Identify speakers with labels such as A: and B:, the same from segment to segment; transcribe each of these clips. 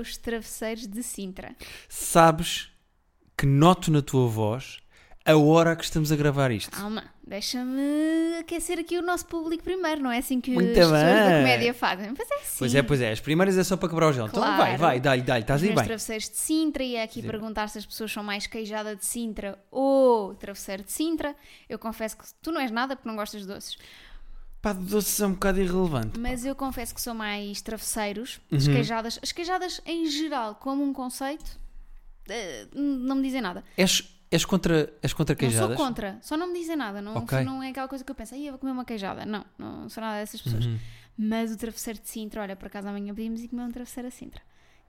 A: os travesseiros de Sintra.
B: Sabes que noto na tua voz a hora que estamos a gravar isto.
A: Calma, deixa-me aquecer aqui o nosso público primeiro, não é assim que
B: Muito
A: os pessoas da
B: bem.
A: comédia fazem. Mas é assim.
B: Pois é, pois é. As primeiras é só para quebrar o gelo. Então
A: Claro.
B: vai, vai, dá-lhe, dá-lhe. Estás aí
A: Os
B: bem.
A: travesseiros de Sintra, ia aqui perguntar se as pessoas são mais queijada de Sintra ou travesseiro de Sintra. Eu confesso que tu não és nada porque não gostas de doces,
B: Pá, doces é um bocado irrelevante.
A: mas eu confesso que sou mais travesseiros. As
B: Uhum.
A: queijadas, as queijadas em geral, como um conceito, eh, não me dizem nada.
B: És, és contra, és contra
A: Não sou
B: queijadas?
A: contra, só não me dizem nada, não,
B: Ok.
A: não é aquela coisa que eu penso, "Ai, eu vou comer uma queijada. Não, não sou nada dessas pessoas.
B: Uhum.
A: Mas o travesseiro de Sintra, olha, por acaso amanhã podíamos ir comer um travesseiro a Sintra.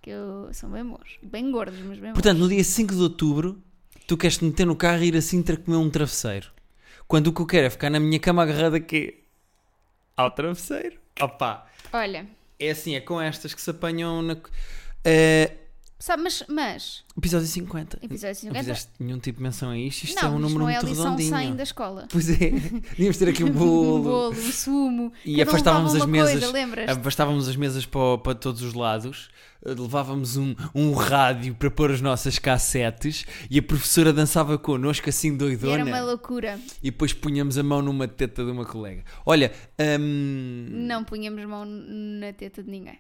A: Que eu são bem bons, bem gordos, mas bem bons.
B: Portanto, no dia 5 de outubro, tu queres te meter no carro e ir a Sintra comer um travesseiro. Quando o que eu quero é ficar na minha cama agarrada aqui ao travesseiro. Opa,
A: Olha,
B: é assim, é com estas que se apanham na. Eh,
A: sabe, mas, mas
B: episódio 50.
A: episódio
B: Não
A: 50.
B: fizeste nenhum tipo de menção a isto. Isto
A: não,
B: é um
A: isto
B: número
A: não é a
B: muito
A: lição 100
B: redondinho.
A: da escola.
B: Pois é, devíamos ter aqui um
A: Um
B: bolo.
A: bolo, um sumo.
B: E
A: cada um
B: afastávamos
A: levava
B: as
A: uma
B: mesas,
A: Coisa, lembras?
B: afastávamos as mesas para, para todos os lados, eh, levávamos um, um rádio para pôr as nossas cassetes e a professora dançava connosco assim
A: E era uma
B: doidona
A: loucura.
B: e depois punhamos a mão numa teta de uma colega. Olha, hum,
A: Não punhamos mão na teta de ninguém.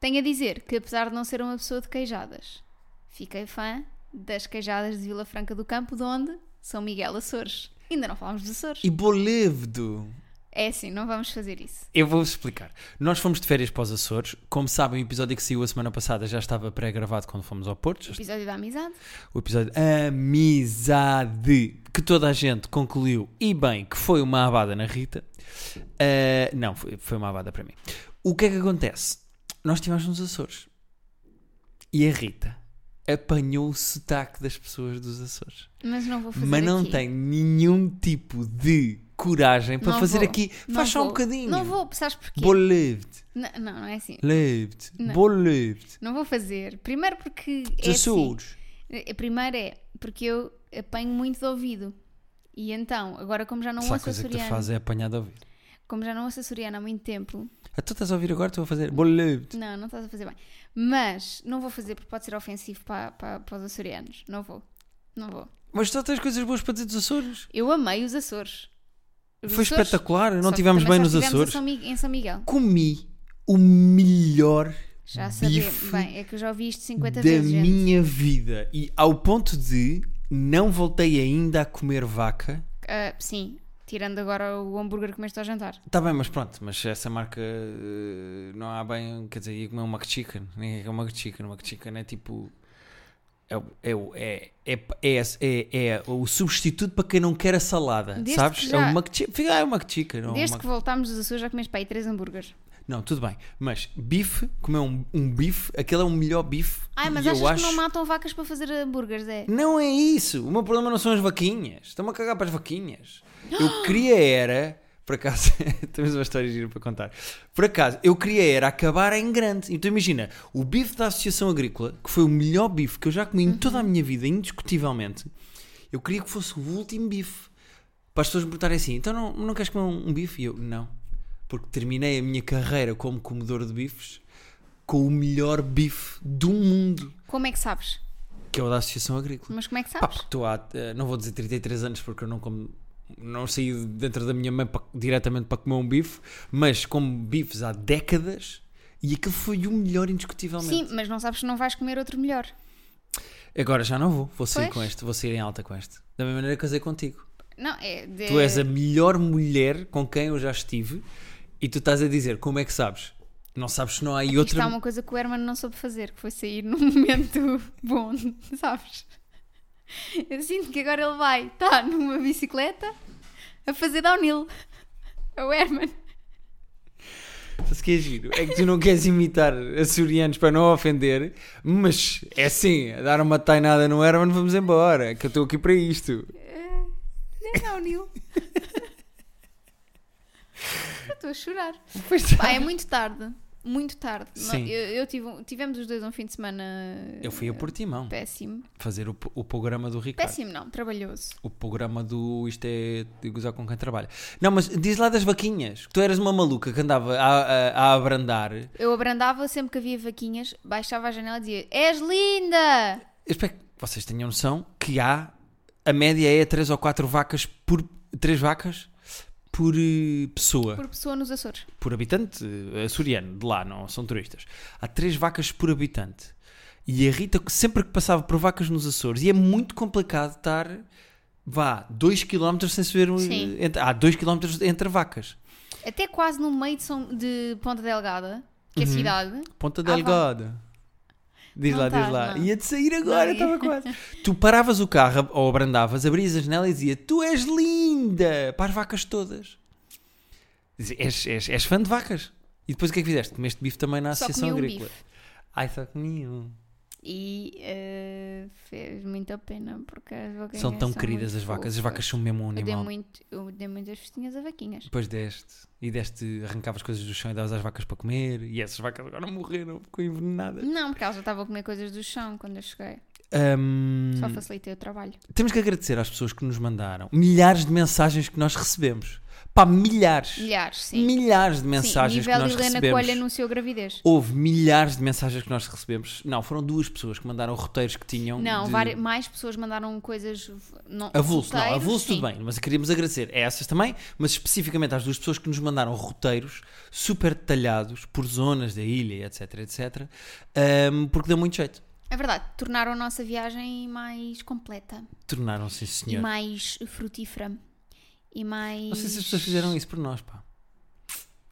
A: Tenho a dizer que, apesar de não ser uma pessoa de queijadas, fiquei fã das queijadas de Vila Franca do Campo, de onde São Miguel Açores. Ainda não falámos de Açores.
B: e Bolevedo.
A: É assim, não vamos fazer isso.
B: Eu vou-vos explicar. Nós fomos de férias para os Açores. Como sabem, o episódio que saiu a semana passada já estava pré-gravado quando fomos ao Porto. Já
A: Episódio da amizade.
B: o episódio Amizade, que toda a gente concluiu, e bem, que foi uma abada na Rita. Ah, não, foi, foi uma abada para mim. O que é que acontece? Nós estivemos nos Açores e a Rita apanhou o sotaque das pessoas dos Açores.
A: Mas não vou fazer
B: Mas não
A: aqui.
B: tem nenhum tipo de coragem para
A: Não
B: fazer
A: vou,
B: aqui.
A: Não
B: Faz só um
A: vou.
B: bocadinho.
A: Não vou, sabes porquê?
B: Believed,
A: N- Não, não é assim.
B: lived,
A: Não.
B: believed.
A: Não vou fazer. Primeiro porque
B: Os
A: é assim.
B: Açores.
A: A primeira é porque eu apanho muito de ouvido. E então, agora como já não
B: Só a
A: ouço
B: coisa que tu
A: açoriano,
B: fazes é apanhar de ouvir.
A: como já não ouço açoriano há muito tempo,
B: Ah, tu estás a ouvir agora? Estou a fazer. Believed.
A: não, não estás a fazer bem. Mas não vou fazer porque pode ser ofensivo para, para, para os açorianos. Não vou. Não vou.
B: Mas só tens coisas boas para dizer dos Açores.
A: Eu amei os Açores. Os
B: Foi
A: Açores,
B: espetacular.
A: só
B: Não
A: que
B: tivemos
A: também
B: bem
A: só
B: nos
A: estivemos
B: Açores.
A: Em São, Mi- em São Miguel.
B: Comi o melhor
A: Já
B: Bife
A: sabemos. Bem, é que eu já ouvi isto 50
B: da
A: vezes. gente.
B: minha vida. E ao ponto de não voltei ainda a comer vaca.
A: Ah, sim, tirando agora o hambúrguer que comeste ao jantar.
B: Está Tá bem, mas pronto. Mas essa marca eh, não há bem. Quer dizer, ia comer uma chicken. Ninguém quer um uma chicken. Uma chicken é tipo. É, o- é, o- é, é, é, é, é o substituto para quem não quer a salada,
A: Desde
B: sabes?
A: que
B: É
A: já-
B: uma chicken. Fica, ah, é uma chicken. ou
A: Desde
B: uma
A: que voltámos dos Açores já comeste para aí três hambúrgueres.
B: Não, tudo bem. Mas bife, comer um, um bife, aquele é o melhor bife.
A: Ai, mas
B: e
A: achas
B: eu acho...
A: que não é matam vacas para fazer hambúrgueres, é?
B: Não é isso. O meu problema não são as vaquinhas. Estão-me a cagar para as vaquinhas. Eu queria era. Por acaso, temos uma história gira para contar. Por acaso, eu queria era acabar em grande. Então imagina, o bife da Associação Agrícola, que foi o melhor bife que eu já comi em toda a minha vida, indiscutivelmente, eu queria que fosse o último bife. Para as pessoas me perguntarem assim, então não, não queres comer um, um bife? E eu, não. Porque terminei a minha carreira como comedor de bifes com o melhor bife do mundo,
A: Como é que sabes?
B: que é o da Associação Agrícola.
A: Mas como é que
B: Pá,
A: sabes?
B: porque estou há, eh, não vou dizer 33 anos porque eu não como, não saí de dentro da minha mãe pa- diretamente para comer um bife, mas como bifes há décadas e aquele foi o melhor indiscutivelmente.
A: Sim, mas não sabes se não vais comer outro melhor.
B: Agora já não vou, vou sair
A: Pois.
B: com este, vou sair em alta com este. Da mesma maneira que casei contigo.
A: Não, é. de-
B: Tu és a melhor mulher com quem eu já estive e tu estás a dizer como é que sabes? Não sabes se não há aí
A: Isto
B: outra.
A: há uma coisa que o Herman não soube fazer, que foi sair num momento bom, sabes? Eu sinto que agora ele vai estar numa bicicleta a fazer downhill. É o Herman.
B: Se que é giro, é que tu não queres imitar açorianos para não ofender, mas é assim, a dar uma tainada no Herman, vamos embora, que eu estou aqui para isto.
A: É downhill. Eu Estou a chorar.
B: Pois tá.
A: tá. Pá, é muito tarde. muito tarde. Não-
B: Sim.
A: Eu, eu tive um- tivemos os dois um fim de semana
B: Eu fui a Portimão
A: péssimo.
B: fazer o, o programa do Ricardo.
A: Péssimo não, trabalhoso.
B: O programa do Isto é de gozar com quem trabalha. Não, mas diz lá das vaquinhas. que Tu eras uma maluca que andava a, a- a abrandar. Eu
A: Eu abrandava sempre que havia vaquinhas, baixava a janela e dizia: És linda!
B: espero que vocês tenham noção que há. A média é 3 ou 4 vacas por. 3 vacas por eh, pessoa.
A: Por pessoa nos Açores.
B: por habitante eh, açoriano, de lá, não são turistas. Há três vacas por habitante. E a Rita, que sempre que passava por vacas nos Açores, e é muito complicado estar, vá, 2 km sem se ver. um-
A: Sim.
B: Entre, há 2 km entre vacas.
A: Até quase no meio de, São- de Ponta Delgada, que é
B: Uhum.
A: cidade.
B: Ponta
A: vá.
B: delgada. Diz
A: Ah, Não
B: lá,
A: estás,
B: diz lá.
A: não.
B: Ia de sair agora,
A: Não,
B: estava quase. Tu paravas o carro ou abrandavas, abrias a janela e dizia: Tu és linda! Para as vacas todas. Dizia, és, és, és fã de vacas. E depois o que é que fizeste? Comeste bife também na
A: Só
B: Associação
A: comi um
B: Agrícola.
A: bife.
B: Ai, só comi um.
A: E eh, fez muita pena porque as vaquinhas
B: São tão
A: são
B: queridas
A: muito
B: as vacas. As
A: fofas.
B: vacas são mesmo um
A: Eu dei,
B: animal.
A: um muito, eu dei muitas festinhas a vaquinhas.
B: Depois deste. E deste, arrancavas coisas do chão e davas às vacas para comer. E essas vacas agora morreram, ficou envenenadas.
A: Não, porque elas já estavam a comer coisas do chão quando eu cheguei.
B: Ahm,
A: Só facilitei o trabalho.
B: Temos que agradecer às pessoas que nos mandaram milhares de mensagens que nós recebemos. Pá, milhares.
A: Milhares, sim.
B: Milhares de mensagens
A: sim,
B: que
A: nível
B: nós
A: Helena
B: recebemos.
A: Coelho anunciou gravidez.
B: Houve milhares de mensagens que nós recebemos. Não, foram duas pessoas que mandaram roteiros que tinham.
A: Não,
B: de...
A: vari- mais pessoas mandaram coisas. Não,
B: Avulso, não,
A: roteiros,
B: avulso
A: sim.
B: tudo bem, mas queríamos agradecer a essas também, mas especificamente às duas pessoas que nos mandaram roteiros super detalhados por zonas da ilha, etc, etc, ahm, porque deu muito jeito.
A: É verdade, tornaram a nossa viagem mais completa
B: Tornaram-se, sim,
A: e
B: senhor.
A: mais frutífera e mais.
B: Não sei se as pessoas fizeram isso por nós, pá.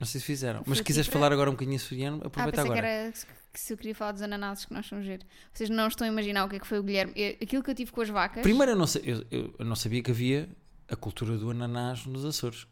B: Não sei se fizeram, mas se
A: Frutífera.
B: quiseres falar agora um bocadinho açoriano,
A: Ah,
B: aproveita
A: pensei
B: agora.
A: que era que se eu queria falar dos ananases que nós somos ver. Vocês não estão a imaginar o que é que foi o Guilherme. Eu- aquilo que eu tive com as vacas.
B: Primeiro, eu não, sa- eu- eu- eu não sabia que havia a cultura do ananás nos Açores.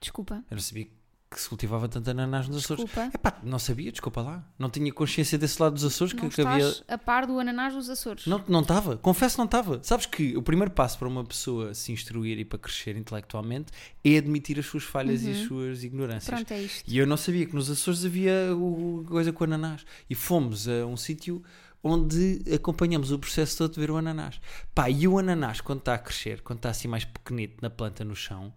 A: Desculpa.
B: Eu não sabia que se cultivava tanto ananás nos Açores.
A: Desculpa.
B: Epá, não sabia, desculpa lá. Não tinha consciência desse lado dos Açores
A: Não
B: que, que havia...
A: estás a par do ananás dos Açores.
B: Não não estava, confesso que não estava. Sabes que o primeiro passo para uma pessoa se instruir e para crescer intelectualmente é admitir as suas falhas e as suas ignorâncias.
A: Uhum. Pronto, é isto.
B: E eu não sabia que nos Açores havia o, coisa com ananás. E fomos a um sítio onde acompanhamos o processo todo de ver o ananás. Pá, e o ananás, quando está a crescer, quando está assim mais pequenito na planta no chão,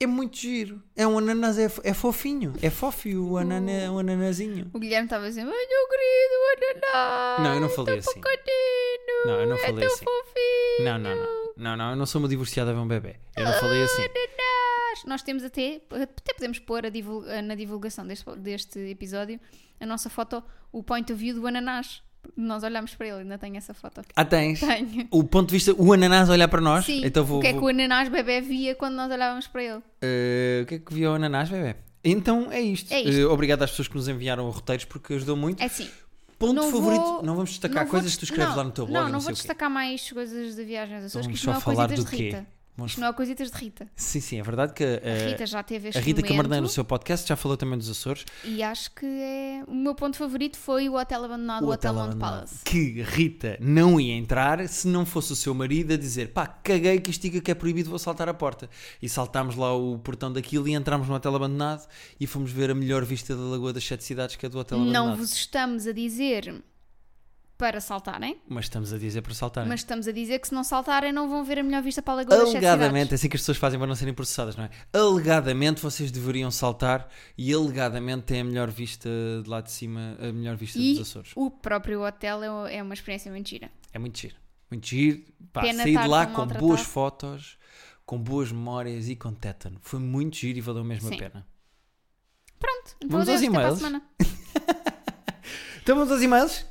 B: é muito giro. É um ananás, é, fo- é fofinho. É fofio o, anana, o ananazinho.
A: O Guilherme estava a dizer: Ai, meu querido ananás.
B: Não, eu não falei
A: tão
B: assim.
A: pequenino,
B: Não, eu não
A: é
B: falei
A: tão
B: assim.
A: fofinho.
B: Não, não, não. Não, não, eu não sou uma divorciada a ver um bebê. Eu não falei assim.
A: Ananás. Nós temos até, até podemos pôr a divul- eh, na divulgação deste, deste episódio a nossa foto, o point of view do ananás. Nós olhamos para ele, ainda tenho essa foto.
B: Ah, tens?
A: Tenho.
B: O ponto de vista, o ananás olhar para nós?
A: Sim,
B: então vou,
A: o que é que
B: vou-
A: o ananás bebê via quando nós olhávamos para ele?
B: Eh, o que é que viu o ananás, bebê? Então é isto.
A: É isto.
B: Eh, obrigado às pessoas que nos enviaram roteiros porque ajudou muito.
A: É assim.
B: Ponto
A: não
B: favorito.
A: vou-
B: Um não vamos destacar
A: não vou
B: coisas que tu
A: dest-
B: escreves
A: não,
B: lá no teu blog.
A: Não,
B: e
A: não,
B: não
A: vou
B: sei o quê.
A: destacar mais coisas de viagens Açores, que
B: Vamos
A: isto não
B: só
A: é
B: falar
A: coisitas
B: do
A: de
B: quê?
A: Rita.
B: Vamos-
A: Isto não é coisitas de Rita.
B: Sim, sim, é verdade que
A: A
B: eh,
A: Rita já teve este
B: a Rita
A: momento
B: Camarneiro no seu podcast já falou também dos Açores.
A: e acho que é... o meu ponto favorito foi o Hotel Abandonado, o, Hotel Monde
B: abandonado.
A: Palace.
B: Que Rita não ia entrar se não fosse o seu marido a dizer pá, caguei que isto diga que é proibido, vou saltar a porta. E saltámos lá o portão daquilo e entramos no hotel abandonado e fomos ver a melhor vista da Lagoa das Sete Cidades que é do hotel
A: Não
B: abandonado.
A: vos estamos a dizer para saltarem,
B: Mas estamos a dizer para saltar.
A: mas estamos a dizer que se não saltarem não vão ver a melhor vista para a Lagoa das Sete
B: Alegadamente,
A: Cidades.
B: é assim que as pessoas fazem para não serem processadas, não é? Alegadamente vocês deveriam saltar e alegadamente tem a melhor vista de lá de cima, a melhor vista
A: E
B: dos Açores.
A: o próprio hotel é- é uma experiência muito gira.
B: É muito giro. Muito giro. Pá,
A: Pena
B: saí de
A: estar
B: lá
A: tão
B: com
A: maltratado.
B: boas fotos, com boas memórias e com tétano. Foi muito giro e valeu mesmo
A: Sim.
B: a pena.
A: Pronto, então
B: Vamos aos
A: adeus, até para a
B: e-mails?
A: semana.
B: Então vamos aos e-mails.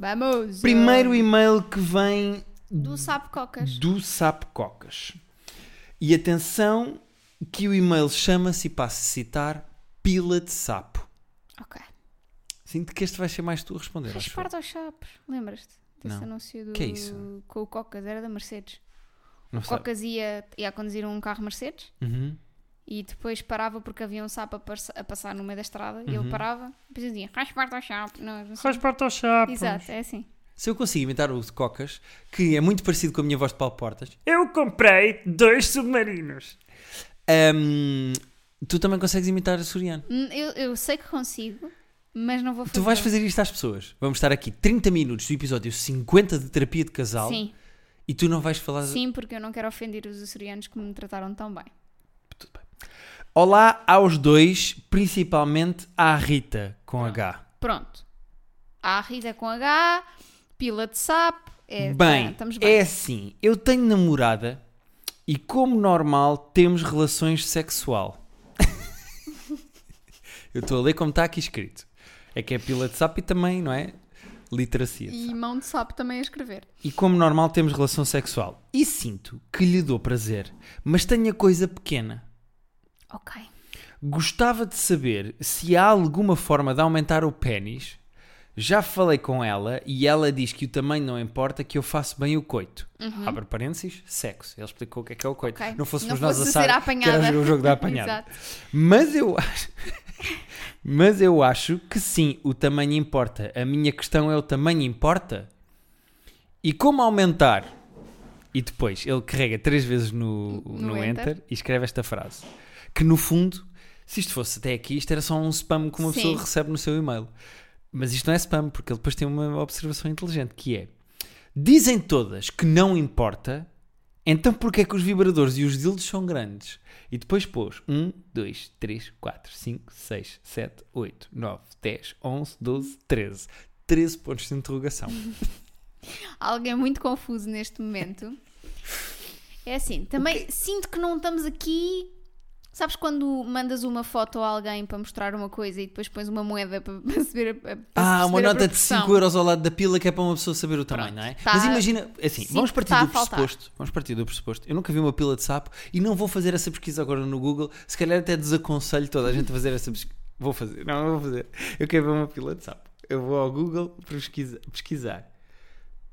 A: Vamos! Ah,
B: Primeiro e-mail que vem
A: Do Sapo Cocas.
B: do Sapo Cocas. E atenção que o e-mail chama-se, e passo a citar, pila de sapo.
A: Ok.
B: Sinto que este vai ser mais tu a responder.
A: Fez
B: acho Hum. eu.
A: parte aos chapos, lembras-te? Desse
B: Não.
A: anúncio do...
B: Que é isso?
A: com o Cocas, era da Mercedes.
B: Não sabe.
A: Cocas ia, ia a conduzir um carro Mercedes
B: Uhum.
A: e depois parava porque havia um sapo a, pars- a passar no meio da estrada e
B: Uhum.
A: ele parava e depois dizia faz parte ao chapo. Não, não sei.
C: Faz parte ao chapa.
A: Exato, é assim.
B: Se eu consigo imitar o de Cocas, que é muito parecido com a minha voz de Paulo Portas,
C: Eu comprei dois submarinos.
B: hum, tu também consegues imitar açoriano.
A: Hum, Eu, eu sei que consigo, mas não vou fazer.
B: Tu vais fazer isto às pessoas. Vamos estar aqui 30 minutos do episódio 50 de terapia de casal
A: Sim,
B: e tu não vais falar.
A: sim, porque eu não quero ofender os açorianos que me trataram tão bem.
B: Olá aos dois, principalmente à Rita com H.
A: Pronto. Há a Rita com H, pila de sapo. É, tá,
B: bem,
A: estamos bem.
B: é assim. Eu tenho namorada e, como normal, temos relações sexual. eu estou a ler como está aqui escrito. É que é pila de sapo e também, não é? Literacia. de
A: E mão de sapo também a escrever.
B: E como normal temos relação sexual. E sinto que lhe dou prazer, mas tenho a coisa pequena.
A: Ok.
B: Gostava de saber se há alguma forma de aumentar o pênis. Já falei com ela e ela diz que o tamanho não importa, que eu faço bem o coito. Abre parênteses, sexo. Ela explicou o que é que é o coito.
A: Uhum. Ok.
B: Não fôssemos
A: Não
B: nós a
A: fosse ser
B: Sara,
A: a
B: que era
A: apanhada.
B: o jogo da apanhada.
A: Exato.
B: Mas eu acho... Mas eu acho que sim, o tamanho importa. A minha questão é o tamanho importa? E como aumentar? E depois ele carrega três vezes no,
A: No
B: no
A: enter.
B: enter. e escreve esta frase. Que no fundo, se isto fosse até aqui, isto era só um spam que uma
A: Sim.
B: pessoa recebe no seu e-mail. Mas isto não é spam, porque ele depois tem uma observação inteligente que é: dizem todas que não importa, então porquê é que os vibradores e os dildos são grandes? E depois pôs 1, 2, 3, 4, 5, 6, 7, 8, 9, 10, 11, 12, 13. 13 pontos de interrogação.
A: Alguém muito confuso neste momento. É assim, também sinto que não estamos aqui. Sabes quando mandas uma foto a alguém para mostrar uma coisa e depois pões uma moeda para para perceber a para
B: Ah, uma
A: perceber a
B: nota de
A: proporção?
B: 5 euros ao lado da pila que é para uma pessoa saber o tamanho,
A: Pronto,
B: não é?
A: tá-
B: Mas imagina, assim,
A: sinto
B: vamos
A: que
B: partir
A: tá a
B: do
A: faltar.
B: pressuposto, vamos partir do pressuposto. Eu nunca vi uma pila de sapo e não vou fazer essa pesquisa agora no Google, se calhar até desaconselho toda a gente a fazer essa pesquisa. Vou fazer, não, não vou fazer. Eu quero ver uma pila de sapo. Eu vou ao Google pesquisa- pesquisar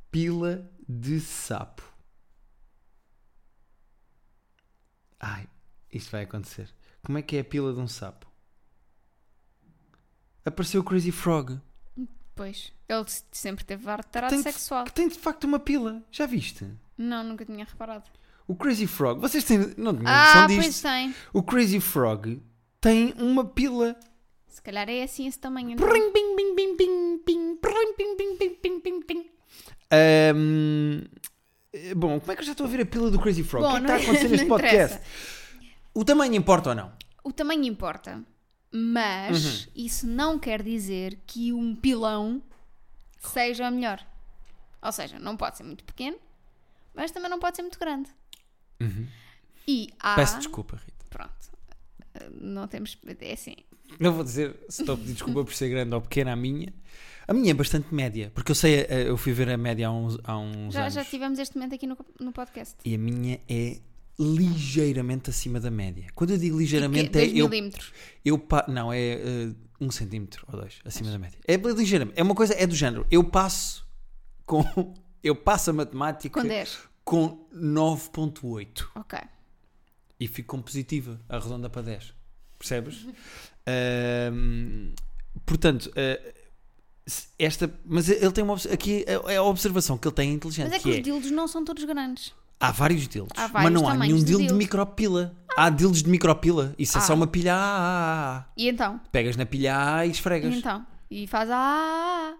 B: pila de sapo. Ai, isto vai acontecer. Como é que é a pila de um sapo? Apareceu o Crazy Frog.
A: Pois, ele se- sempre teve ar de tarado
B: Tem de-
A: sexual.
B: que tem de facto uma pila. Já viste?
A: Não, nunca tinha reparado.
B: O Crazy Frog, vocês têm. Não tinham
A: Ah,
B: noção
A: pois
B: disto.
A: tem.
B: O Crazy Frog tem uma pila.
A: Se calhar é assim esse tamanho. então.
B: Prim, pim, pim, pim, pim, pim, prim, pim, pim, pim, pim, pim, pim. Ahm, eh, bom, como é que eu já estou a ver a pila do Crazy Frog?
A: Bom,
B: o que é que
A: não-
B: está a acontecer neste
A: não
B: podcast?
A: interessa.
B: O tamanho importa ou não?
A: O tamanho importa,
B: Uhum.
A: mas isso não quer dizer que um pilão seja o melhor. Ou seja, não pode ser muito pequeno, mas também não pode ser muito grande. E há.
B: Uhum. Peço desculpa, Rita.
A: Pronto. Não temos. É assim.
B: Não vou dizer se estou a pedir desculpa por ser grande ou pequena a minha. A minha é bastante média, porque eu sei, eh, eu fui ver a média há uns, há uns
A: Já,
B: anos.
A: já tivemos este momento aqui no, no podcast.
B: E a minha é ligeiramente acima da média. Quando eu digo ligeiramente,
A: Que é 2
B: é. Eu,
A: milímetros.
B: eu pa- Não, é eh, um centímetro ou dois acima da média. É ligeiramente. É uma coisa, é do género. Eu passo com. Eu passo a matemática
A: Com 10.
B: com 9,8
A: Ok.
B: e fico com positiva, arredonda para 10. Percebes? Ahm, portanto. eh, se- esta, mas ele tem uma obs- aqui é é a observação que ele tem é inteligente
A: Mas é que
B: que
A: os
B: é-
A: dildos não são todos grandes.
B: Há vários dildos,
A: Há vários
B: mas não há
A: tamanhos
B: nenhum
A: de
B: dildo de
A: dildo.
B: micropila. Há dildos de micropila. Isso
A: Ah.
B: é só uma pilha A, A, A.
A: E então?
B: ah. Pegas na pilha A e
A: E
B: esfregas.
A: então? E faz. Ah!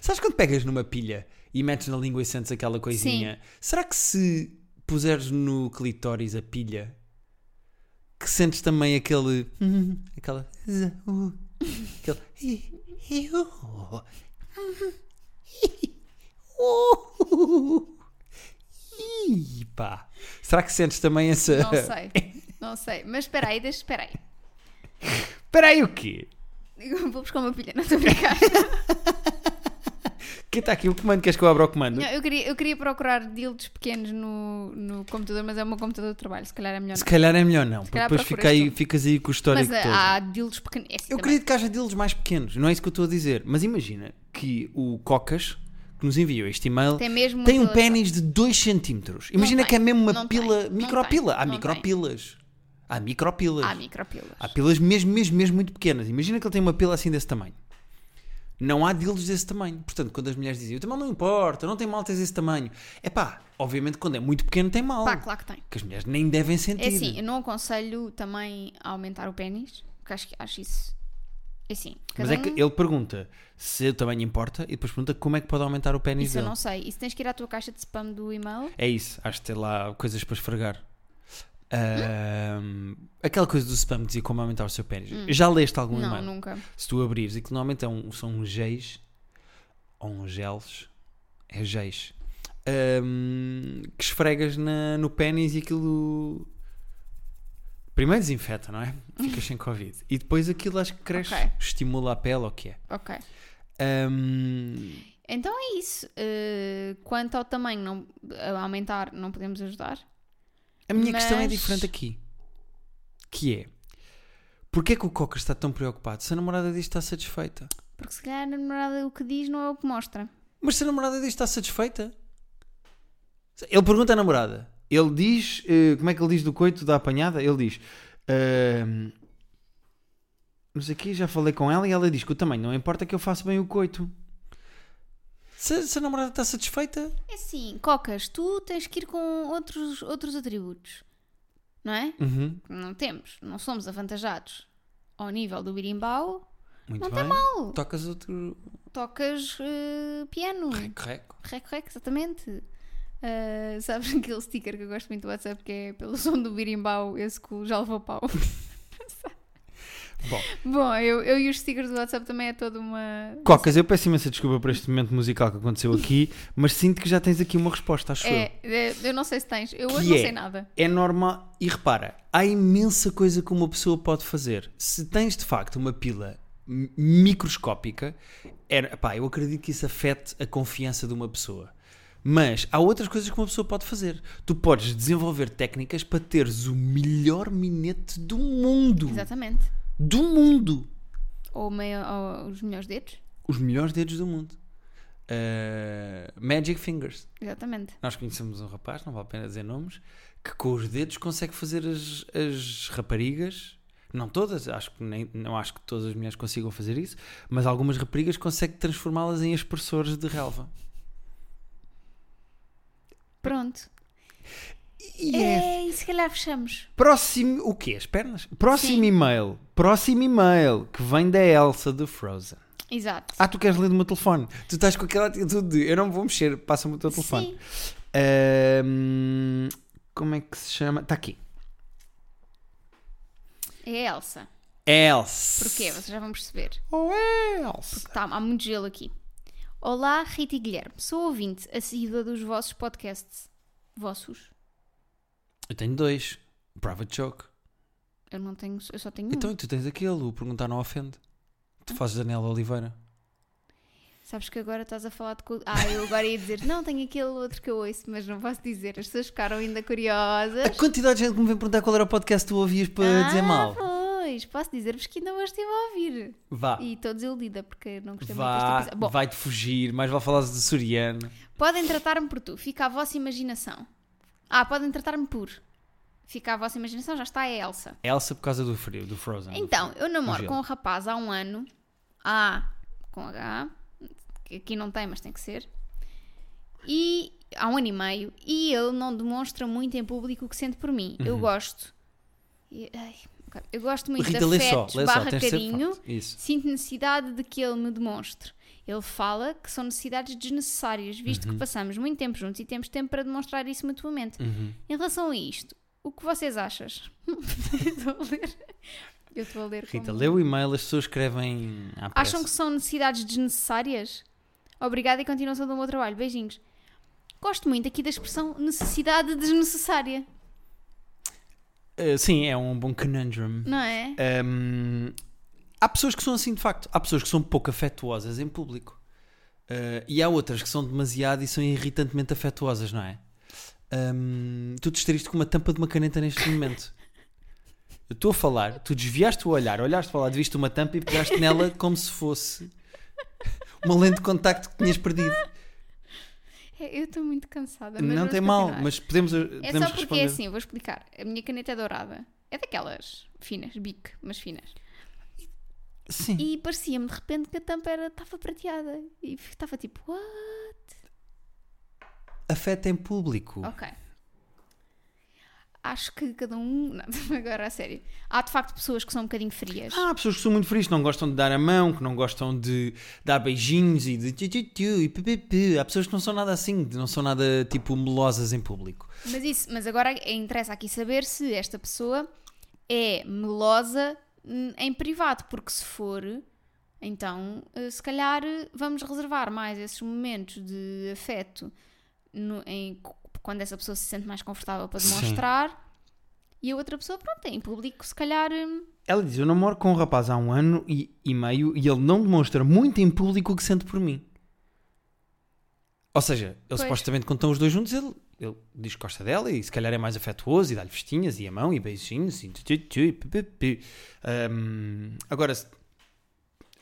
B: Sabes quando pegas numa pilha e metes na língua e sentes aquela coisinha? Será que se puseres no clitóris a pilha, que sentes também aquele.
A: Uhum.
B: hum, aquela. z- uh, aquele. i- i- uh, i- uh, i- pá. Será que sentes também essa.
A: Não sei. Não sei. Mas espera aí, deixa. Espera aí.
B: Espera aí, o quê?
A: Eu Vou buscar uma pilha, não estou a brincar.
B: Quem está aqui? O comando? Queres que eu abra o comando?
A: Não, eu, queria, eu queria procurar dildos pequenos no, no computador, mas é o meu computador de trabalho, se calhar é melhor.
B: Se
A: não.
B: calhar é melhor não, porque
A: calhar
B: depois
A: procuras
B: fica aí-
A: tu.
B: ficas aí com o
A: Mas
B: histórico
A: eh,
B: todo.
A: há dildos pequenos. É assim
B: Eu
A: também.
B: acredito que haja deles mais pequenos, não é isso que eu estou a dizer. Mas imagina que o Cocas, que nos enviou este e-mail,
A: Tem mesmo uma
B: um
A: pila de
B: pênis de 2 centímetros. Imagina
A: tem,
B: que é mesmo uma
A: não
B: pila,
A: tem, não
B: micropila.
A: tem,
B: Há
A: não
B: micropilas. Há micropilas.
A: Há micropilas.
B: Há pilas mesmo, mesmo, mesmo muito pequenas. Imagina que ele tem uma pila assim desse tamanho. Não há dildos desse tamanho. Portanto, quando as mulheres dizem, o tamanho não importa, não tem mal teres esse tamanho. É pá, obviamente quando é muito pequeno tem mal.
A: Pá, claro É assim, que tem.
B: Que as mulheres nem devem sentir.
A: É assim, eu não aconselho também a aumentar o pênis, porque acho, que- acho isso Assim,
B: Mas
A: cada
B: é que
A: um-
B: ele pergunta se o tamanho importa e depois pergunta como é que pode aumentar o pênis
A: Isso eu
B: dele.
A: não sei. Isso tens que ir à tua caixa de spam do e-mail.
B: É isso, acho que tem lá coisas para esfregar. Ahm, aquela coisa do spam que dizia como aumentar o seu pênis. Já leste algum
A: Hum. não,
B: Um e-mail?
A: nunca.
B: Se tu abrires, e que normalmente é um- são uns geis ou uns gels, é geis, ahm, que esfregas na- no pênis e aquilo. Primeiro desinfeta, não é? Ficas sem Covid. E depois aquilo acho que cresce,
A: Ok.
B: estimula a pele ou o que é. Hum,
A: Ok.
B: Ahm,
A: Então é isso. Uh, quanto ao tamanho não, a aumentar, não podemos ajudar.
B: A minha questão é
A: Mas-
B: diferente aqui. Que é... Porquê é que o Cocker está tão preocupado se a namorada diz que está satisfeita?
A: Porque se calhar a namorada o que diz não é o que mostra.
B: Mas se a namorada diz que está satisfeita? Ele pergunta à namorada. Ele diz... eh, como é que ele diz do coito, da apanhada? Ele diz... ehm, não sei o quê, já falei com ela e ela diz que o tamanho não importa que eu faça bem o coito. Se, se a namorada está satisfeita...
A: É assim, Cocas, tu tens que ir com outros, outros atributos. Não é?
B: Uhum,
A: Não temos. Não somos avantajados. Ao nível do birimbau,
B: muito
A: Não
B: bem.
A: tá mal.
B: Tocas outro...
A: tocas uh, piano.
B: Correto.
A: Rec, rec, exatamente. Ah, sabes aquele sticker que eu gosto muito do WhatsApp que é pelo som do birimbau, esse que já levou pau.
B: Bom.
A: Bom, eu, eu e os stickers do WhatsApp também é toda uma.
B: Cocas, eu peço imensa desculpa por este momento musical que aconteceu aqui, mas sinto que já tens aqui uma resposta, acho
A: É, é, eu não sei se tens. Eu
B: Que
A: hoje não
B: é?
A: sei nada.
B: eu. É normal, e repara, há imensa coisa que uma pessoa pode fazer. Se tens de facto uma pila mi- microscópica, é, pá, eu acredito que isso afete a confiança de uma pessoa. Mas há outras coisas que uma pessoa pode fazer. Tu podes desenvolver técnicas para teres o melhor minete do mundo.
A: Exatamente.
B: Do mundo.
A: Ou, meio- ou os melhores dedos.
B: Os melhores dedos do mundo. Ah, magic fingers.
A: Exatamente.
B: Nós conhecemos um rapaz, não vale a pena dizer nomes, que com os dedos consegue fazer as, as raparigas, não todas, acho que nem, não acho que todas as mulheres consigam fazer isso, mas algumas raparigas consegue transformá-las em aspersores de relva.
A: Pronto.
B: E é
A: É, e se calhar fechamos.
B: próximo, o quê? As pernas? Próximo
A: Sim.
B: e-mail, próximo e-mail, que vem da Elsa do Frozen.
A: Exato.
B: Ah, tu queres ler do meu telefone? Tu estás com aquela atitude de, eu não vou mexer, passa-me o teu telefone.
A: Sim.
B: Ahm, como é que se chama? Está aqui.
A: É a Elsa.
B: Elsa.
A: Porquê? Vocês já vão perceber.
B: Oh, Elsa.
A: Tá, há muito gelo aqui. Olá, Rita e Guilherme. Sou ouvinte, assídua dos vossos podcasts. Vossos?
B: Eu tenho dois. O Private Joke.
A: Eu não tenho, eu só tenho um.
B: Então, e tu tens aquele, o Perguntar Não Ofende. Tu fazes Daniela Oliveira.
A: Sabes que agora estás a falar de. co- Ah, eu agora ia dizer, não, tenho aquele outro que eu ouço, mas não posso dizer. As pessoas ficaram ainda
B: A
A: curiosas.
B: quantidade de gente que me vem perguntar qual era o podcast que tu ouvias para
A: ah,
B: dizer mal.
A: Pois, posso dizer-vos que ainda hoje estive a ouvir.
B: Vá.
A: E estou desiludida porque não gostei muito deste
B: Ah. Vá,
A: episódio. Bom,
B: vai-te fugir, mais vale falar de Soriano.
A: podem tratar-me por tu, fica à vossa imaginação. Ah, podem tratar-me por. Fica à vossa imaginação, já está a Elsa.
B: É Elsa por causa do frio, do Frozen.
A: Então, eu namoro
B: gelo.
A: com um rapaz há um ano. A com H, que aqui não tem, mas tem que ser. E há um ano e meio. E ele não demonstra muito em público o que sente por mim.
B: Uhum.
A: Eu gosto. e- ai, ok, Eu gosto muito
B: Rita,
A: de
B: lê só,
A: afetos
B: lê só,
A: barra
B: tens de ser
A: carinho.
B: forte. Isso.
A: Sinto necessidade de que ele me demonstre. Ele fala que são necessidades desnecessárias, visto
B: Uhum.
A: que passamos muito tempo juntos e temos tempo para demonstrar isso mutuamente.
B: Uhum.
A: Em relação a isto, o que vocês achas? estou a ler. Eu estou a ler.
B: Rita,
A: como-
B: lê o e-mail, as pessoas escrevem à pressa.
A: Acham que são necessidades desnecessárias? Obrigada e continuação do meu trabalho. Beijinhos. Gosto muito aqui da expressão necessidade desnecessária,
B: Eh, sim, é um bom conundrum.
A: não é?
B: Hum, há pessoas que são assim de facto. Há pessoas que são pouco afetuosas em público. Uh, e há outras que são demasiado e são irritantemente afetuosas, não é? Hum, tu distraíste com uma tampa de uma caneta neste momento. Eu estou a falar, tu desviaste o olhar, olhaste para lá, viste uma tampa e pegaste nela como se fosse uma lente de contacto que tinhas perdido.
A: É, Eu estou muito cansada. Mas
B: não
A: vamos
B: tem mal,
A: continuar.
B: mas podemos,
A: É
B: podemos
A: só porque
B: responder.
A: é assim, eu vou explicar. A minha caneta é dourada. É daquelas finas, bico, mas finas.
B: Sim.
A: E parecia-me de repente que a tampa era- estava prateada. E estava tipo, what?
B: Afeta em público.
A: Ok. acho que cada um. Não, agora a sério. Há de facto pessoas que são um bocadinho frias.
B: Ah, há pessoas que são muito frias, que não gostam de dar a mão, que não gostam de dar beijinhos e de tiu-tiu-tiu e pipipi. Há pessoas que não são nada assim, que não são nada tipo melosas em público.
A: Mas, isso, mas agora é- interessa aqui saber se esta pessoa é melosa hum, em privado, porque se for, então eh, se calhar eh, vamos reservar mais esses momentos de afeto no- em c- quando essa pessoa se sente mais confortável para
B: Sim.
A: demonstrar. E a outra pessoa, pronto, é em público, se calhar. hum,
B: Ela diz: Eu namoro com um rapaz há um ano e, e meio e ele não demonstra muito em público o que sente por mim. Ou seja, ele
A: Pois.
B: supostamente, quando estão os dois juntos, ele, ele diz que gosta dela e se calhar é mais afetuoso e dá-lhe festinhas e a mão e beijinhos e tu, tu, tu, e pi, pi, pi. Ahm, agora, se-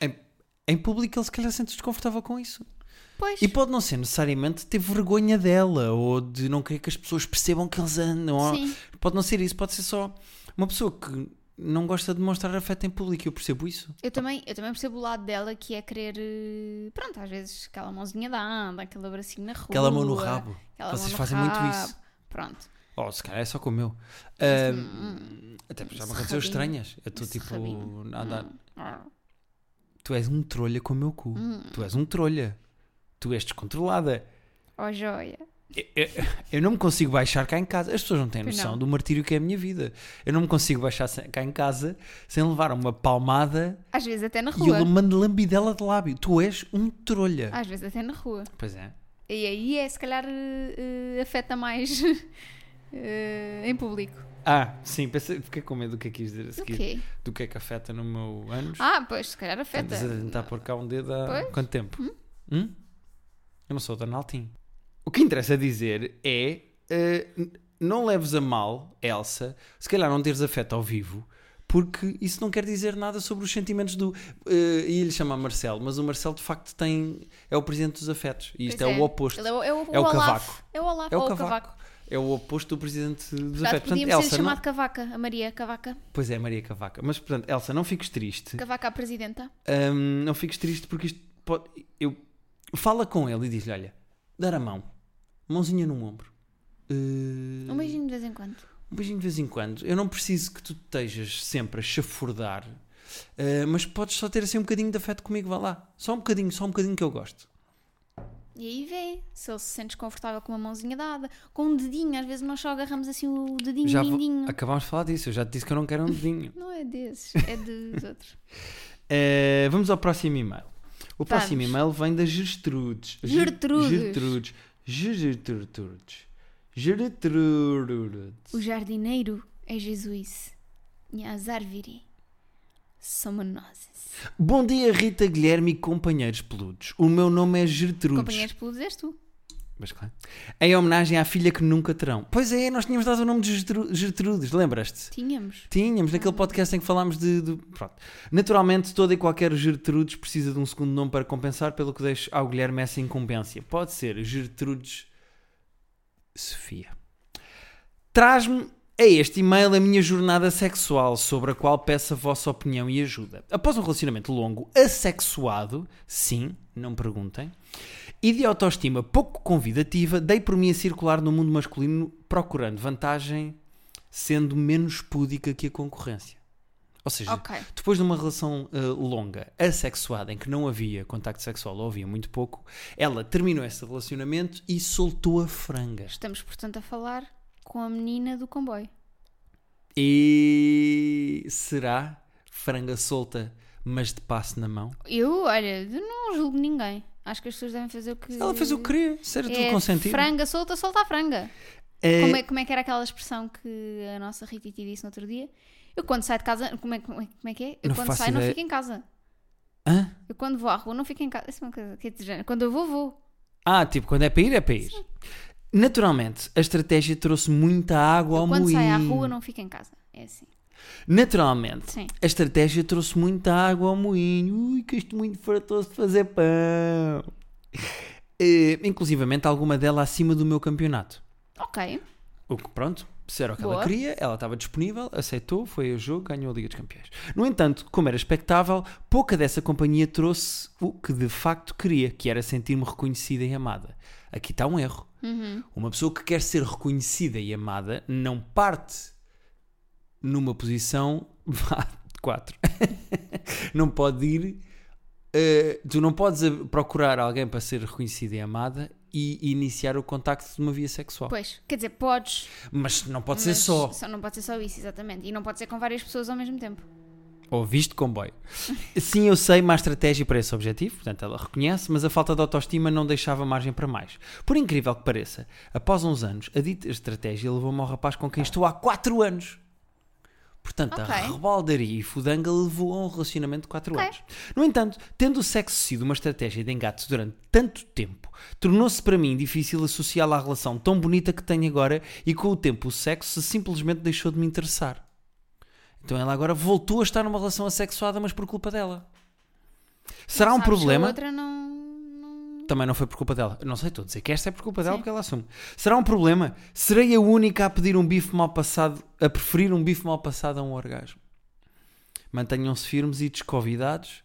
B: em, em público, ele se calhar sente desconfortável com isso.
A: Pois.
B: E pode não ser necessariamente ter vergonha dela ou de não querer que as pessoas percebam que eles andam. ou-
A: Sim.
B: Pode não ser isso, pode ser só uma pessoa que não gosta de mostrar afeto em público. Eu percebo isso.
A: Eu também, eu também percebo o lado dela que é querer. eh, Pronto, às vezes aquela mãozinha dá, dá aquele abracinho na rua.
B: Aquela mão no rabo.
A: aquela
B: Vocês
A: mão no
B: fazem muito isso.
A: rabo. Pronto.
B: Oh, se calhar é só com o meu. Ah, até porque já me
A: esse
B: aconteceu
A: rabinho.
B: estranhas. Eu estou
A: Esse
B: tipo.
A: rabinho.
B: Nada.
A: Arr.
B: Tu és um trolha com o meu cu. Tu és um trolha. Tu és descontrolada.
A: Oh, joia.
B: Eu, eu- eu não me consigo baixar cá em casa. As pessoas não têm
A: Pois
B: noção
A: não.
B: do martírio que é a minha vida. Eu não me consigo baixar sem- cá em casa sem levar uma palmada
A: Às vezes até na
B: E
A: rua. Ah.
B: ele é manda lambidela de lábio. Tu és um trolha.
A: Às vezes até na rua.
B: Pois é.
A: E aí é, se calhar, eh, eh, afeta mais eh, em público.
B: Ah, sim, pensei, fiquei com medo do que é que quis dizer a
A: O
B: seguir.
A: quê?
B: Do que é que afeta no meu ânus.
A: Ah, pois, se calhar afeta.
B: Estamos a tentar pôr cá um dedo há
A: Pois.
B: quanto tempo? Hum? Eu não sou o Donaldinho. O que interessa dizer é: eh, n- não leves a mal, Elsa, se calhar não teres afeto ao vivo. Porque isso não quer dizer nada sobre os sentimentos do. eh, e ele chama Marcelo, mas o Marcelo de facto tem. é o presidente dos afetos. E isto
A: Pois
B: é, o oposto.
A: Ele é o, é o,
B: É o
A: Olaf.
B: cavaco.
A: É o Olaf
B: É o
A: ou
B: cavaco.
A: o Cavaco.
B: É o oposto do presidente dos
A: Portanto,
B: afetos. Portanto,
A: podíamos ser
B: Elsa, não-
A: chamado Cavaca, a Maria Cavaca.
B: Pois é, Maria Cavaca. Mas, portanto, Elsa, não fiques triste.
A: Cavaca a presidenta.
B: Ahm, não fiques triste porque isto pode... Eu... Fala com ele e diz-lhe, olha, dar a mão. Mãozinha no ombro. Eh,
A: Um beijinho de vez em quando.
B: um beijinho de vez em quando. Eu não preciso que tu estejas sempre a chafurdar. eh, mas podes só ter assim um bocadinho de afeto comigo, vá lá. Só um bocadinho, só um bocadinho que eu gosto.
A: E aí vê se ele se sente desconfortável com uma mãozinha dada, com um dedinho. Às vezes nós só agarramos assim o dedinho,
B: Já vo-
A: mindinho.
B: acabámos de falar disso, eu já te disse que eu não quero um dedinho.
A: Não é desses, é dos outros.
B: Eh, vamos ao próximo e-mail. O próximo
A: Vamos.
B: e-mail vem da Gertrudes. Ge-
A: Gertrudes.
B: Gertrudes. Ge- Gertrudes. Gertrudes.
A: O jardineiro é Jesus e as árvores somos nós.
B: Bom dia, Rita Guilherme e companheiros peludos. O meu nome é Gertrudes.
A: Companheiros peludos és tu.
B: Mas claro. Em homenagem à filha que nunca terão. Pois é, nós tínhamos dado o nome de Gertru- Gertrudes, lembras-te?
A: Tínhamos.
B: Tínhamos, naquele podcast em que falámos de, de- Pronto. Naturalmente, toda e qualquer Gertrudes precisa de um segundo nome para compensar, pelo que deixo ao Guilherme essa incumbência. Pode ser Gertrudes Sofia. Traz-me a este e-mail a minha jornada sexual, sobre a qual peço a vossa opinião e ajuda. Após um relacionamento longo, assexuado, sim, não perguntem, e de autoestima pouco convidativa, dei por mim a circular no mundo masculino procurando vantagem, sendo menos púdica que a concorrência. Ou seja,
A: Ok.
B: depois de uma relação eh, longa, assexuada, em que não havia contacto sexual ou havia muito pouco, ela terminou esse relacionamento e soltou a franga.
A: Estamos, portanto, a falar com a menina do comboio.
B: E será franga solta, mas de passo na mão?
A: Eu, olha, eu não julgo ninguém. Acho que as pessoas devem fazer o que.
B: Ela fez o que queria, se era tudo
A: é
B: consentido.
A: Franga solta, solta a franga.
B: É,
A: Como, é, como é que era aquela expressão que a nossa Rititi disse no outro dia? Eu quando saio de casa. Como é, como é- como é que é? Eu
B: Não
A: quando
B: faço
A: saio não
B: ideia.
A: fico em casa.
B: hã?
A: Eu quando vou à rua não fico em casa. Isso é uma coisa que é de género. Quando eu vou, vou.
B: Ah, tipo, quando é para ir, é para ir. Naturalmente, a estratégia trouxe muita água
A: eu
B: ao
A: quando
B: moinho.
A: saio à rua não fico em casa. É assim.
B: Naturalmente,
A: Sim.
B: a estratégia trouxe muita água ao moinho. Ui, que este moinho fartou-se de fazer pão. Eh, inclusivamente, alguma dela acima do meu campeonato.
A: Ok.
B: O que, pronto, se era o que ela
A: Boa.
B: queria, ela estava disponível, aceitou, foi ao jogo, ganhou a Liga dos Campeões. No entanto, como era expectável, pouca dessa companhia trouxe o que de facto queria, que era sentir-me reconhecida e amada. Aqui está um erro.
A: Uhum.
B: Uma pessoa que quer ser reconhecida e amada não parte numa posição vá, de 4. não pode ir. eh, tu não podes eh, procurar alguém para ser reconhecida e amada e iniciar o contacto de uma via sexual.
A: Pois, quer dizer, podes.
B: Mas não pode ser
A: mas
B: só.
A: Não pode ser só isso, exatamente. E não pode ser com várias pessoas ao mesmo tempo.
B: Ou visto comboio. Sim, eu sei, má estratégia para esse objetivo, portanto ela reconhece, mas a falta de autoestima não deixava margem para mais. Por incrível que pareça, após uns anos, a dita estratégia levou-me ao rapaz com quem estou há 4 anos. Portanto,
A: Ok.
B: a rebaldaria e fudanga levou a um relacionamento de 4
A: Ok.
B: anos. No entanto, tendo o sexo sido uma estratégia de engate durante tanto tempo, tornou-se para mim difícil associá-la à relação tão bonita que tenho agora e com o tempo o sexo simplesmente deixou de me interessar. Então ela agora voltou a estar numa relação assexuada, mas por culpa dela. Será um
A: Sabes que a
B: problema?
A: outra não- não...
B: Também não foi por culpa dela. Não sei, estou a dizer que esta é por culpa dela
A: Sim.
B: porque ela assume. Será um problema? Serei a única a pedir um bife mal passado, a preferir um bife mal passado a um orgasmo. Mantenham-se firmes e desconvidados.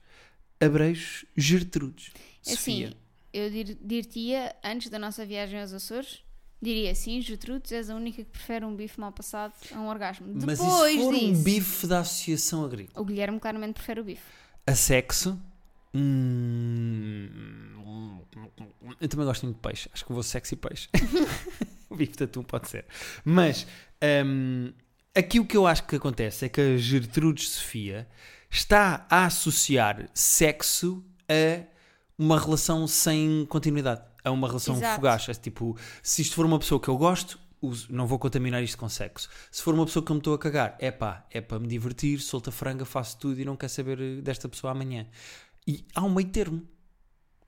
B: Abreios Gertrudes. Sofia.
A: Assim, eu dir- dir-te-ia, antes da nossa viagem aos Açores, diria assim, Jutrudes, és a única que prefere um bife mal passado a um orgasmo.
B: Mas
A: Depois
B: isso for
A: disso...
B: um bife da Associação Agrícola.
A: O Guilherme claramente prefere o bife.
B: A sexo. Hum, eu também gosto muito de peixe. Acho que vou sexy peixe. o bife de atum pode ser. Mas hum, aqui o que eu acho que acontece é que a Gertrudes Sofia está a associar sexo a uma relação sem continuidade, a uma relação
A: Exato.
B: fugaz. É tipo, se isto for uma pessoa que eu gosto, uso- não vou contaminar isto com sexo. Se for uma pessoa que eu me estou a cagar, é pá, é para me divertir, solta franga, faço tudo e não quero saber eh, desta pessoa amanhã. E há um meio termo.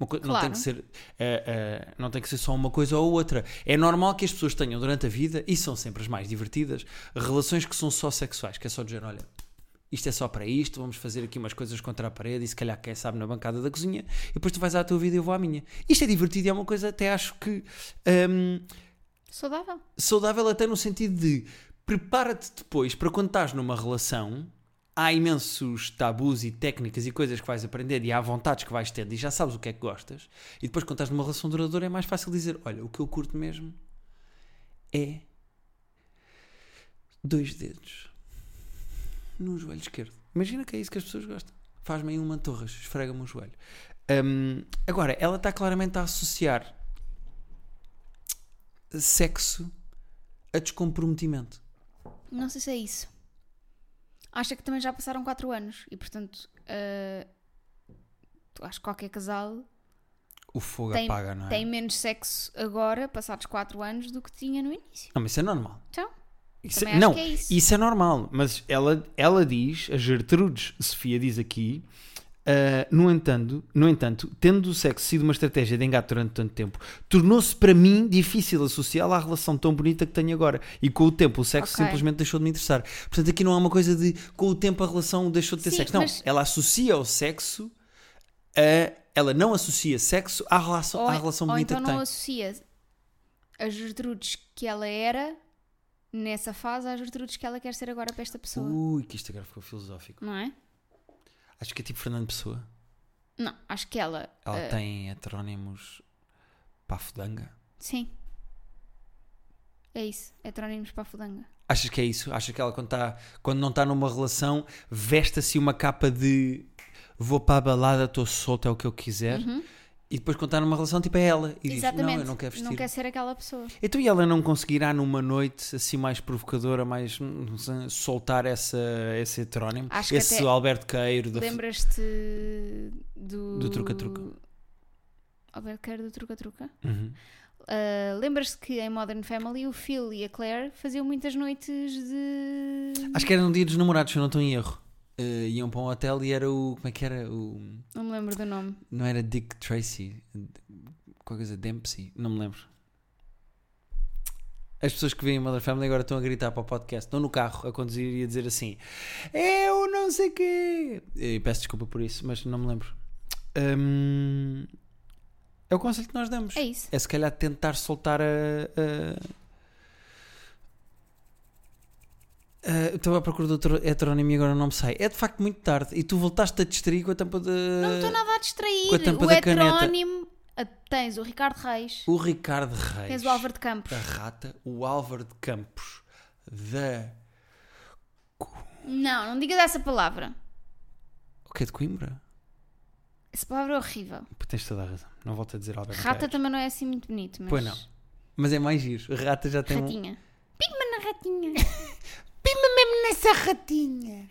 B: Uma co- não,
A: Claro.
B: tem que ser, eh, eh, não tem que ser só uma coisa ou outra. É normal que as pessoas tenham durante a vida, e são sempre as mais divertidas, relações que são só sexuais, que é só dizer, olha, isto é só para isto, vamos fazer aqui umas coisas contra a parede e se calhar quem sabe na bancada da cozinha, e depois tu vais à tua vida e eu vou à minha. Isto é divertido e é uma coisa até acho que hum,
A: Saudável.
B: saudável até no sentido de prepara-te depois para quando estás numa relação, há imensos tabus e técnicas e coisas que vais aprender e há vontades que vais tendo e já sabes o que é que gostas, e depois quando estás numa relação duradoura é mais fácil dizer, olha, o que eu curto mesmo é dois dedos no joelho esquerdo. Imagina que é isso que as pessoas gostam. Faz-me aí uma torres, esfrega-me o joelho. Hum, agora, ela está claramente a associar sexo a descomprometimento.
A: Não sei se é isso. Acha que também já passaram 4 anos e, portanto, ah, tu acho que qualquer casal
B: O fogo
A: Tem-
B: apaga, não é?
A: tem menos sexo agora, passados 4 anos, do que tinha no início.
B: Não, mas isso é normal.
A: Então,
B: Isso
A: também
B: é-
A: acho
B: não,
A: que é isso.
B: é normal. Mas ela, ela diz, a Gertrudes Sofia diz aqui, ah, no, entanto, no entanto, tendo o sexo sido uma estratégia de engate durante tanto tempo, tornou-se para mim difícil associá-la à relação tão bonita que tenho agora. E com o tempo o sexo
A: Ok.
B: simplesmente deixou de me interessar. Portanto, aqui não há uma coisa de com o tempo a relação deixou de ter
A: Sim,
B: sexo. Não,
A: mas-
B: ela associa o sexo a. Ela não associa sexo à relação,
A: ou,
B: à relação
A: ou
B: bonita
A: então
B: que tem.
A: não associa as Gertrudes que ela era nessa fase às Gertrudes que ela quer ser agora para esta pessoa.
B: Ui, que isto agora ficou filosófico.
A: Não é?
B: Acho que é tipo Fernando Pessoa.
A: Não, acho que ela.
B: Ela
A: ah,
B: tem heterónimos para a fudanga.
A: Sim. É isso. Heterónimos para a fudanga.
B: Achas que é isso? Achas que ela, quando, tá- quando não está numa relação, veste assim uma capa de vou para a balada, estou solta, é o que eu quiser.
A: Uhum.
B: E depois, quando está numa relação, tipo, é ela. E diz: Não, eu não quero vestir.
A: ser aquela pessoa.
B: Então, e ela não conseguirá, numa noite assim mais provocadora, mais hum, soltar essa, esse heterónimo?
A: Acho que
B: esse
A: até-
B: Alberto Queiro da fu-
A: Lembras-te do.
B: Do truca-truca.
A: Albert Kerr do Truca-Truca.
B: Uhum.
A: Ah, Lembras-te que em Modern Family o Phil e a Claire faziam muitas noites de.
B: Acho que era no dia dos namorados, se eu não estou em erro. Eh, iam para um hotel e era o. Como é que era? O.
A: Não me lembro do nome.
B: Não era Dick Tracy? D- Qualquer coisa, Dempsey? Não me lembro. As pessoas que veem Mother Family agora estão a gritar para o podcast. Estão no carro a conduzir e a dizer assim: Eu não sei quê. E peço desculpa por isso, mas não me lembro. Hum, é o conselho que nós damos.
A: É isso.
B: É se calhar tentar soltar a. a- a- eu estava à procura do outro heterónimo e agora não me sai. É de facto muito tarde. E tu voltaste a distrair com a tampa de.
A: Não me estou nada a distrair.
B: Ah, com a tampa
A: o
B: da caneta.
A: heterónimo a- tens o Ricardo Reis,
B: O Ricardo Reis.
A: tens o Álvaro de Campos.
B: da Rata, o Álvaro de Campos da.
A: Não, não digas essa palavra.
B: O que é de Coimbra?
A: Essa palavra é horrível.
B: Tens toda a razão. Não volto a dizer Álvaro de
A: Rata
B: Campos.
A: também não é assim muito bonito, mas.
B: Pois não. Mas é mais giro. Rata já tem. um-
A: Ratinha. Pima na ratinha.
B: Pima mesmo nessa ratinha!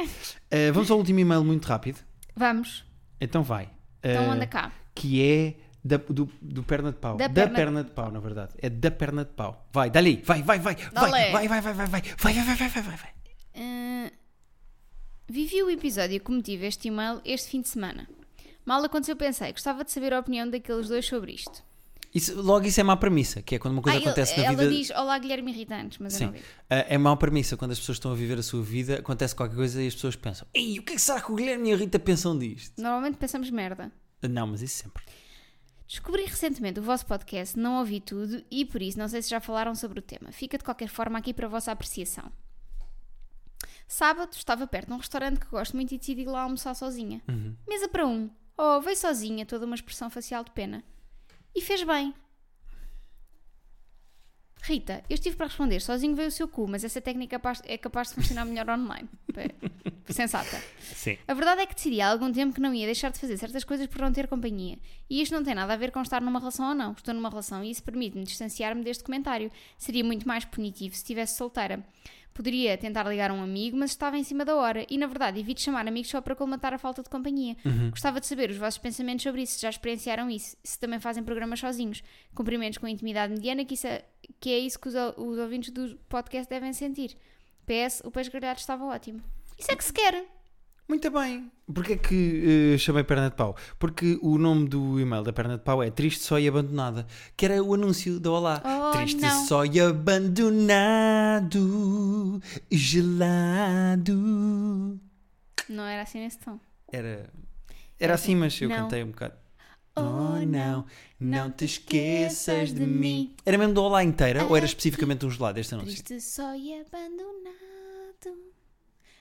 B: Eh, vamos ao último e-mail muito rápido.
A: Vamos.
B: Então vai.
A: Então
B: Eh,
A: anda cá.
B: Que é da, do, do perna de pau.
A: Da
B: Da,
A: perna-
B: perna... de pau, na verdade. É da perna de pau. Vai, dali. Vai, vai, vai.
A: Dale.
B: Vai, vai, vai, vai, vai, vai, vai, vai, vai, vai, vai, vai.
A: Ah, vivi o episódio como tive este e-mail este fim de semana. Mal aconteceu, pensei, gostava de saber a opinião daqueles dois sobre isto.
B: Isso, logo isso é má premissa, que é quando uma coisa
A: Ah, ele-
B: acontece na
A: ela
B: vida.
A: diz: Olá, Guilherme Irritantes, mas eu
B: Sim.
A: não vi.
B: Ah, é má premissa quando as pessoas estão a viver a sua vida, acontece qualquer coisa e as pessoas pensam: Ei, o que é que será que o Guilherme e a Rita pensam disto?
A: Normalmente pensamos merda.
B: Não, mas isso sempre.
A: Descobri recentemente o vosso podcast, não ouvi tudo e por isso não sei se já falaram sobre o tema. Fica de qualquer forma aqui para a vossa apreciação. Sábado estava perto de um restaurante que gosto muito e decidi ir lá almoçar sozinha. Mesa para um. Oh, veio sozinha, toda uma expressão facial de pena. E fez bem. Rita, eu estive para responder, sozinho veio o seu cu, mas essa técnica é capaz- é capaz de funcionar melhor online. Pé. Sensata.
B: Sim.
A: A verdade é que decidi há algum tempo que não ia deixar de fazer certas coisas por não ter companhia. E isto não tem nada a ver com estar numa relação ou não. Estou numa relação e isso permite-me distanciar-me deste comentário. Seria muito mais punitivo se estivesse solteira. Poderia tentar ligar a um amigo, mas estava em cima da hora. E na verdade, evito chamar amigos só para colmatar a falta de companhia. Gostava de saber os vossos pensamentos sobre isso, se já experienciaram isso, se também fazem programas sozinhos. Cumprimentos com intimidade mediana, que, isso é, que é isso que os, ou- os ouvintes do podcast devem sentir. PS, o peixe grelhado estava ótimo. Isso é que se quer!
B: Muito bem. Porquê é que eh, chamei perna de pau? Porque o nome do e-mail da perna de pau é Triste Só e Abandonada, que era o anúncio da Olá.
A: Oh,
B: Triste
A: não.
B: só e abandonado, gelado.
A: Não era assim nesse tom.
B: Era, era assim, mas eu
A: Não.
B: cantei um bocado.
A: Oh, não, não te esqueças de mim.
B: Era mesmo do Olá inteira ou era
A: Ah,
B: especificamente um gelado este anúncio?
A: Triste só e abandonado,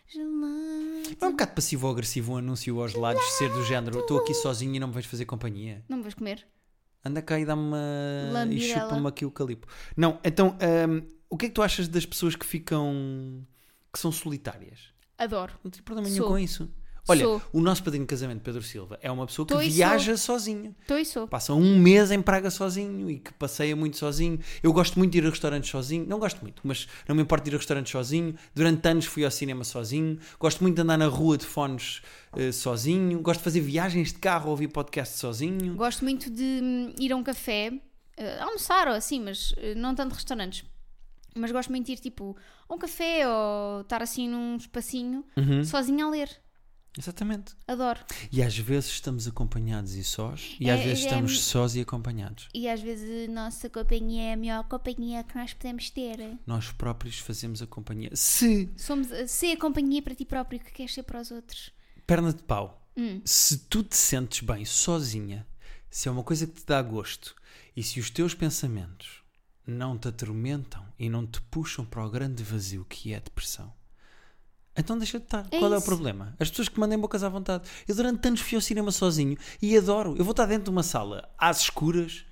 A: gelado.
B: É um bocado passivo-agressivo um anúncio aos lados ser do género. Estou aqui sozinho e não me vais fazer companhia.
A: Não vais comer?
B: Anda cá e dá-me uma. E
A: Lambe ela.
B: chupa-me aqui o calipo. Não, então, hum, o que é que tu achas das pessoas que ficam. que são solitárias?
A: Adoro.
B: Não tenho problema nenhum
A: Sou.
B: com isso. Olha,
A: Sou.
B: o nosso padrinho de casamento, Pedro Silva, é uma pessoa que
A: Tô e
B: viaja sozinho.
A: Estou e Então sou.
B: Passa um mês em Praga sozinho e que passeia muito sozinho. Eu gosto muito de ir a restaurantes sozinho. Não gosto muito, mas não me importo de ir a restaurantes sozinho. Durante anos fui ao cinema sozinho. Gosto muito de andar na rua de fones eh, sozinho. Gosto de fazer viagens de carro, ouvir podcast sozinho.
A: Gosto muito de hum, ir a um café, eh, almoçar ou assim, mas eh, não tanto restaurantes. Mas gosto muito de ir tipo a um café ou estar assim num espacinho, sozinha a ler.
B: Exatamente.
A: Adoro.
B: E às vezes estamos acompanhados e sós, e
A: É,
B: às vezes
A: é-
B: estamos sós e acompanhados.
A: E às vezes a nossa companhia é a melhor companhia que nós podemos ter.
B: Nós próprios fazemos a companhia. Se,
A: Somos, eh, ser a companhia para ti próprio que queres ser para os outros.
B: perna de pau,
A: Hum.
B: se tu te sentes bem sozinha, se é uma coisa que te dá gosto e se os teus pensamentos não te atormentam e não te puxam para o grande vazio que é a depressão, então deixa de estar.
A: É
B: Qual é o
A: isso.
B: problema? As pessoas que mandem bocas à vontade. Eu durante anos fui ao cinema sozinho e adoro. Eu vou estar dentro de uma sala às escuras.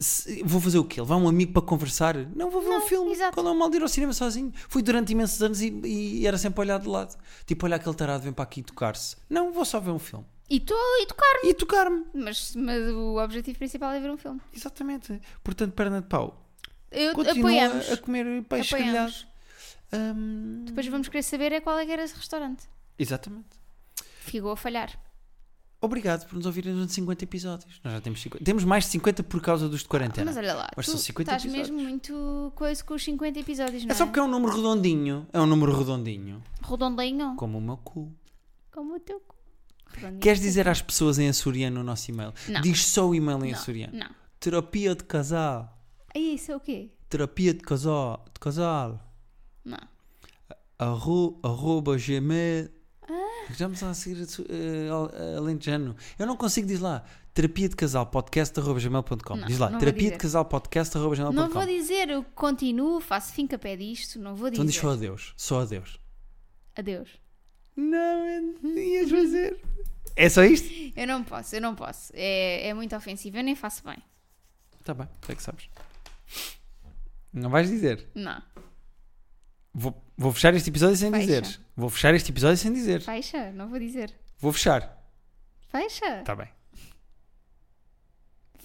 B: Se- vou fazer o quê? Levar um amigo para conversar? Não, vou ver um filme.
A: exato.
B: Qual é o mal de ir ao cinema sozinho? Fui durante imensos anos e, e era sempre olhado de lado. Tipo, olha aquele tarado, vem para aqui tocar-se. Não, vou só ver um filme.
A: E estou a educar-me.
B: E tocar-me.
A: Mas, mas o objetivo principal é ver um filme.
B: Exatamente. Portanto, perna de pau.
A: Eu,
B: Continua
A: apoiamos.
B: a comer peixe grelhado.
A: apoiamos.
B: Hum,
A: Depois vamos querer saber é qual é que era esse restaurante.
B: exatamente.
A: Ficou a falhar.
B: Obrigado por nos ouvirem durante 50 episódios. Nós já temos 50. Temos mais de 50 por causa dos de quarentena.
A: Ah, Mas olha lá,
B: Tá Mas
A: tu
B: são 50
A: estás
B: episódios.
A: mesmo muito coisa com os 50 episódios, não é?
B: É só porque é um número redondinho. É um número redondinho.
A: Redondinho,
B: Como o meu cu.
A: como o teu cu. Redondinho.
B: Queres dizer às pessoas em açoriano o nosso e-mail?
A: Não.
B: Diz só o e-mail em
A: Não,
B: açoriano.
A: Não.
B: Terapia de casal.
A: É isso, é o quê?
B: Terapia de casal. De casal.
A: Não.
B: Arro, arroba gmail.
A: Ah.
B: Já me está a seguir eh, al- eh, alentejano. Eu não consigo diz lá. Terapia de casal podcast arroba gmail.com.
A: Não,
B: Diz lá.
A: não vou
B: Terapia de
A: dizer.
B: casal podcast arroba
A: Não vou
B: gmail.com.
A: dizer, eu continuo, faço fim capé disto, não vou dizer.
B: Então diz só adeus. Só adeus.
A: Adeus.
B: Não, eu- ias fazer. É só isto?
A: Eu não posso, eu não posso. É, é muito ofensivo, eu nem faço bem.
B: Tá bem, tu é que sabes. Não vais dizer.
A: Não.
B: Vou, vou fechar este episódio sem
A: Fecha.
B: dizeres. Vou fechar este episódio sem dizeres.
A: Fecha, não vou dizer.
B: Vou fechar.
A: Fecha!
B: Tá bem.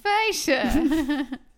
A: Fecha!